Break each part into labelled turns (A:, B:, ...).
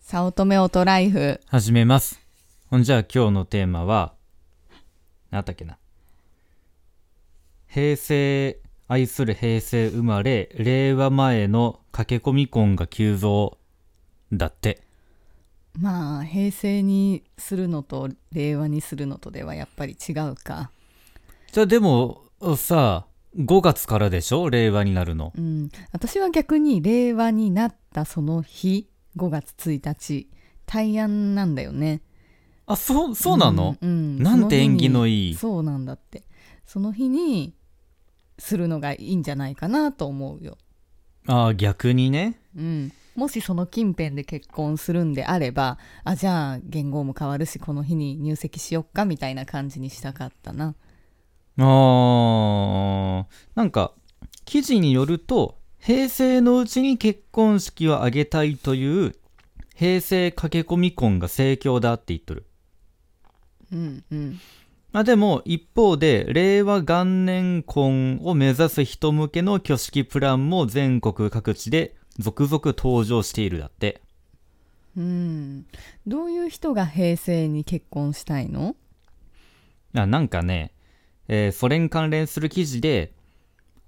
A: 早乙女オトライフ
B: 始めます。ほんじゃあ今日のテーマは、なんだっけな。平成、愛する平成生まれ、令和前の駆け込み婚が急増。だって。
A: まあ平成にするのと令和にするのとではやっぱり違うか
B: じゃあでも、さあ、5月からでしょ令和になるの。
A: うん私は逆に令和になったその日5月1日大安なんだよね
B: あ、そう、そうなの、
A: うんうん
B: なんて縁起のいい
A: その日にそうなんだってその日にするのがいいんじゃないかなと思うよ
B: ああ、逆にね。
A: うん、もしその近辺で結婚するんであればあじゃあ元号も変わるしこの日に入籍しよっかみたいな感じにしたかったな
B: あー、なんか、記事によると、平成のうちに結婚式を挙げたいという、平成駆け込み婚が盛況だって言っとる。
A: うんうん
B: まあでも、一方で、令和元年婚を目指す人向けの挙式プランも全国各地で続々登場しているだって。
A: うんどういう人が平成に結婚したいの
B: あなんかね、えーそれに関連する記事で、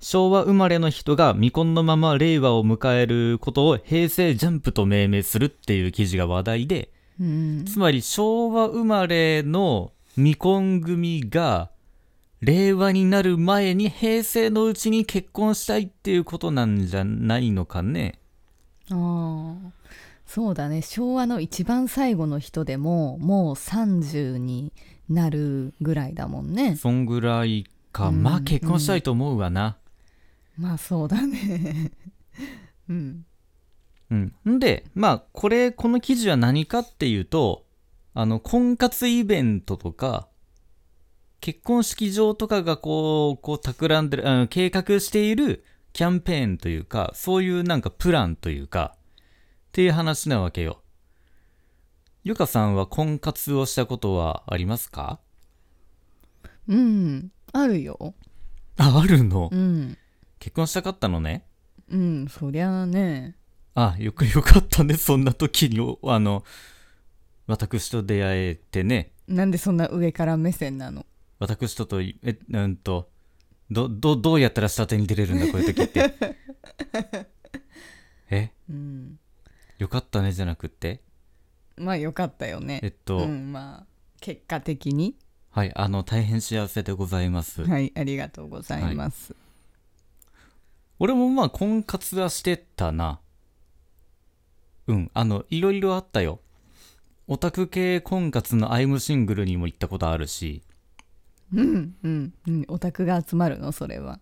B: 昭和生まれの人が未婚のまま令和を迎えることを平成ジャンプと命名するっていう記事が話題で、
A: うん
B: つまり昭和生まれの未婚組が令和になる前に平成のうちに結婚したいっていうことなんじゃないのかね。
A: あーそうだね昭和の一番最後の人でももう30になるぐらいだもんね
B: そんぐらいか。まあ
A: うん
B: 結婚したいと思うわな。
A: まあそうだねうん
B: うん。んで、まあ、これ、この記事は何かっていうと、あの、婚活イベントとか、結婚式場とかがこう、こう、企んでる、あの計画しているキャンペーンというか、そういうなんかプランというか、っていう話なわけよ。ゆかさんは婚活をしたことはありますか
A: うんあるよ
B: あ、あるの
A: うん
B: 結婚したかったのね。
A: うんそりゃあね
B: あ、よくよかったね、そんな時に、おあの、私と出会えてね。
A: なんでそんな上から目線なの
B: 私ととい、え、うんと、ど、ど、どうやったら下手に出れるんだ、こういう 時って。え、
A: うん
B: よかったね、じゃなくって。
A: まあよかったよね
B: えっと、
A: うんまあ結果的に
B: はい、あの、大変幸せでございます。
A: はいありがとうございます、
B: 俺もまあ、婚活はしてたな。うん、あの、いろいろあったよ。オタク系婚活のアイムシングルにも行ったことあるし、
A: うんうんうんオタクが集まるのそれは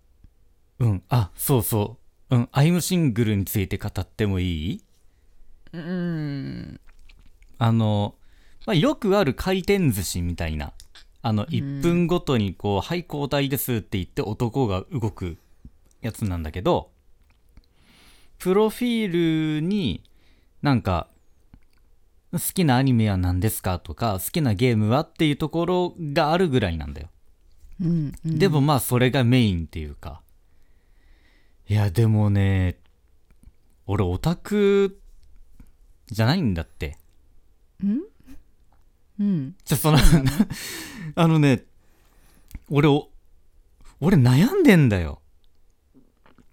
B: うん、あ、そうそう。うん、アイムシングルについて語ってもいい
A: うん
B: あの、まあ、よくある回転寿司みたいな。あの、1分ごとにこう、はい、交代ですって言って男が動くやつなんだけど、プロフィールになんか、好きなアニメは何ですかとか、好きなゲームはっていうところがあるぐらいなんだよ。
A: うんうん
B: でもまあそれがメインっていうか。いやでもね、俺オタクじゃないんだって。
A: うん
B: じゃ、その、あのね、俺を、俺悩んでんだよ。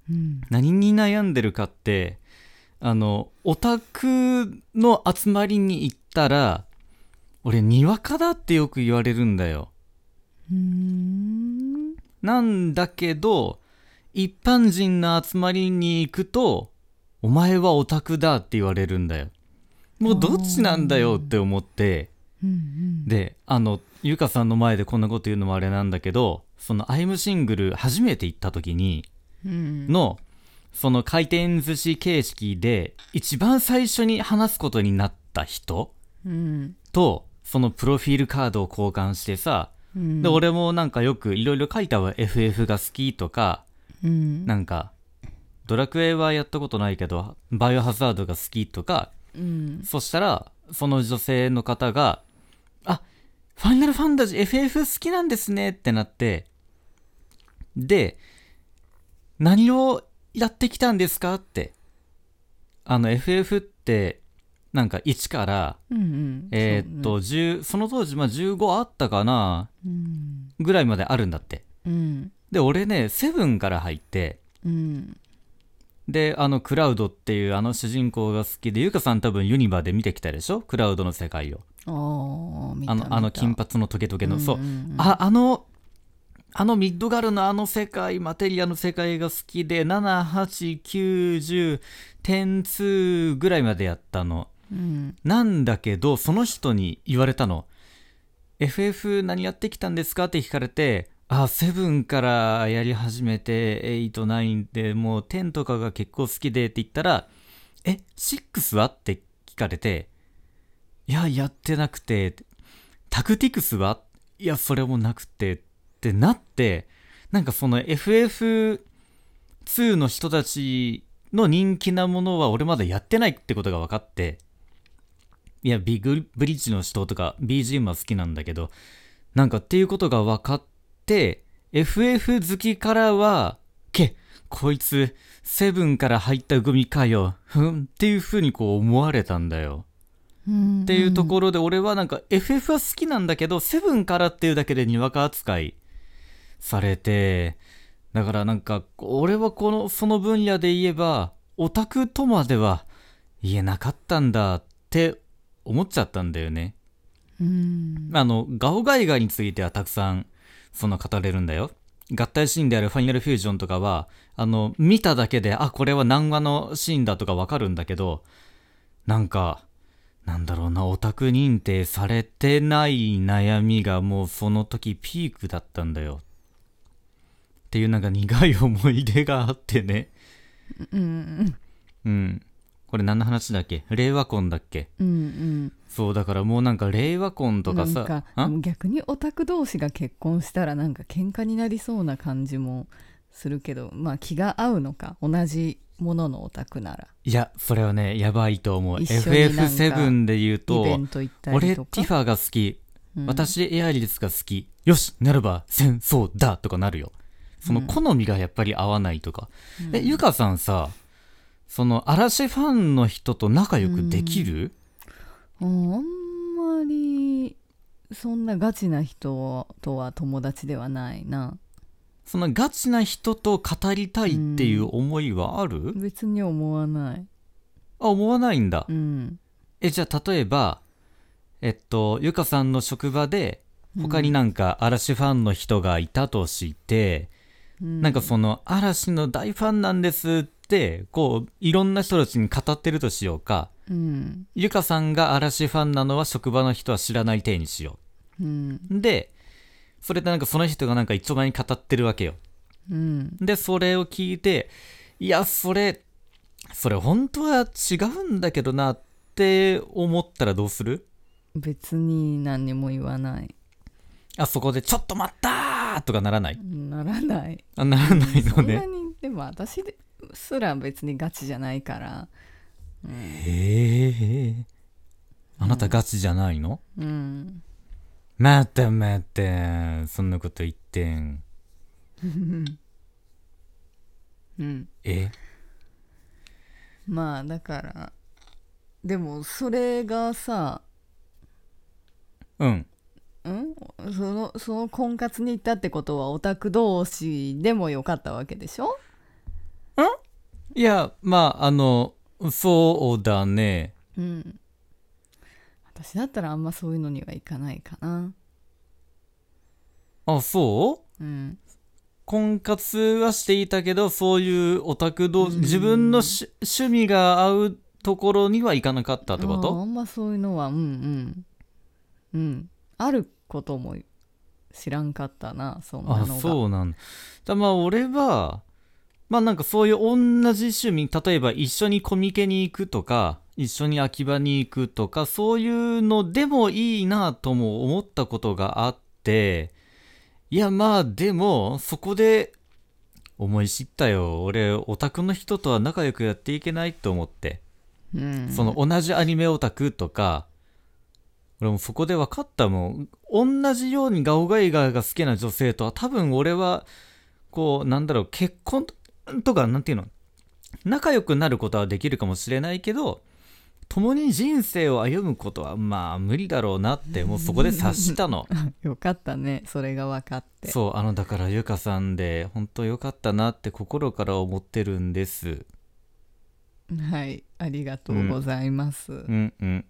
A: うん
B: 何に悩んでるかって、あの、オタクの集まりに行ったら、俺、にわかだってよく言われるんだよ。
A: うん
B: なんだけど、一般人の集まりに行くと、お前はオタクだって言われるんだよ。もうどっちなんだよって思って、
A: うん
B: であのゆかさんの前でこんなこと言うのもあれなんだけどその「アイムシングル」初めて行った時に
A: うん
B: の、その回転寿司形式で一番最初に話すことになった人
A: うん
B: とそのプロフィールカードを交換してさ、
A: うん
B: で俺もなんかよくいろいろ書いたわ FF が好きとか
A: うん
B: なんかドラクエはやったことないけどバイオハザードが好きとか
A: うん
B: そしたら、その女性の方が、あ、ファイナルファンタジー FF 好きなんですねってなって、で、何をやってきたんですかって。あの FF って、なんか1から、
A: うんうん
B: えーっと、10その当時、まあ、15あったかな
A: うん
B: ぐらいまであるんだって。
A: うん
B: で、俺ね、セブンから入って、
A: うん
B: で、あの、クラウドっていうあの主人公が好きで、ゆうかさん多分ユニバで見てきたでしょクラウドの世界を。
A: おー見た
B: あの、あの金
A: 髪
B: 髪のトゲトゲの、そう。
A: ん
B: あ、あの、あのミッドガルのあの世界、マテリアの世界が好きで、7、8、9、10、点2ぐらいまでやったの。
A: うん
B: なんだけど、その人に言われたの。FF 何やってきたんですかって聞かれて、あ、セブンからやり始めて、8、9で、もう10とかが結構好きでって言ったら、え、6はって聞かれて、いや、やってなくて、タクティクスはいや、それもなくて、ってなって、なんかその FF2 の人たちの人気なものは俺まだやってないってことが分かって、いや、ビッグブリッジの死闘とか BGM は好きなんだけど、なんかっていうことが分かって、FF 好きからは、け、こいつ、セブンから入った組かよ、ふんっていう風にこう思われたんだよ。
A: うん
B: っていうところで俺はなんか FF は好きなんだけど、セブンからっていうだけでにわか扱いされて、だからなんか、俺はこの、その分野で言えば、オタクとまでは言えなかったんだって思っちゃったんだよね。
A: うん
B: あの、ガオガイガイについてはたくさん、その語れるんだよ。合体シーンであるファイナルフュージョンとかは、あの、見ただけで、あ、これは何話のシーンだとかわかるんだけど、なんか、なんだろうな、オタク認定されてない悩みがもうその時ピークだったんだよ。っていうなんか苦い思い出があってね。
A: うん
B: うん。これ何の話だっけ令和婚だっけ
A: うんうん
B: そう、だからもうなんか令和婚とかさ、
A: なん
B: あ
A: か逆にオタク同士が結婚したらなんか喧嘩になりそうな感じもするけどまあ気が合うのか同じもののオタクなら
B: いや、それはね、やばいと思う。
A: 一緒になんか
B: FF7 で言う
A: イベ
B: と
A: ン、ト行ったり
B: 俺、
A: とか
B: ティファが好き。
A: うん
B: 私、エアリスが好き。よし、ならば戦争だとかなるよ。その
A: うん
B: 好みがやっぱり合わないとか。
A: うん
B: え、ゆかさんさ、その、嵐ファンの人と仲良くできる、
A: うんあんまりそんなガチな人とは友達ではないな
B: そのガチな人と語りたいっていう思いはある、
A: 別に思わない
B: あ、思わないんだ。
A: うん
B: え、じゃあ例えば、えっと、ゆかさんの職場で、他になんか嵐ファンの人がいたとして、
A: な
B: なんかその嵐の大ファンなんですってこういろんな人たちに語ってるとしようか
A: うん
B: ゆかさんが嵐ファンなのは職場の人は知らない体にしよ
A: うん
B: うでそれでなんかその人がなんか一丁前に語ってるわけよ
A: うん
B: でそれを聞いていやそれそれ本当は違うんだけどなって思ったらどうする
A: 別に何にも言わない
B: あそこで「ちょっと待った!」とかならない
A: ならない
B: あならない
A: そ
B: の
A: んな
B: ね
A: にでも私ですら別にガチじゃないから
B: へえあなたガチじゃないの、
A: うん
B: またまた、そんなこと言ってん。
A: うん
B: え
A: まあだからでもそれがさ
B: うん。
A: んそのその婚活に行ったってことはオタク同士でもよかったわけでしょ
B: いや、まあ、あの、そうだね。
A: うん私だったらあんまそういうのにはいかないかな
B: あ、そう
A: うん
B: 婚活はしていたけど、そういうオタク同士、自分のし趣味が合うところには行かなかったってこ
A: あーあ
B: と
A: んまそういうのはうんうんうんあることも知らんかったなそんな
B: あ
A: のが
B: そうなんだ。だまあ、俺は、まあなんかそういう同じ趣味、例えば一緒にコミケに行くとか、一緒に秋葉に行くとか、そういうのでもいいなとも思ったことがあって、いやまあでも、そこで思い知ったよ。俺、オタクの人とは仲良くやっていけないと思って。
A: うん
B: その同じアニメオタクとか、俺もそこで分かったもん。同じようにガオガイガーが好きな女性とは多分俺は、こう、なんだろう、結婚とか、なんていうの、仲良くなることはできるかもしれないけど、共に人生を歩むことはまあ無理だろうなってもうそこで察し たの
A: よかったねそれが分かって
B: そうあのだからゆかさんで本当よかったなって心から思ってるんです
A: はいありがとうございます、
B: うんうん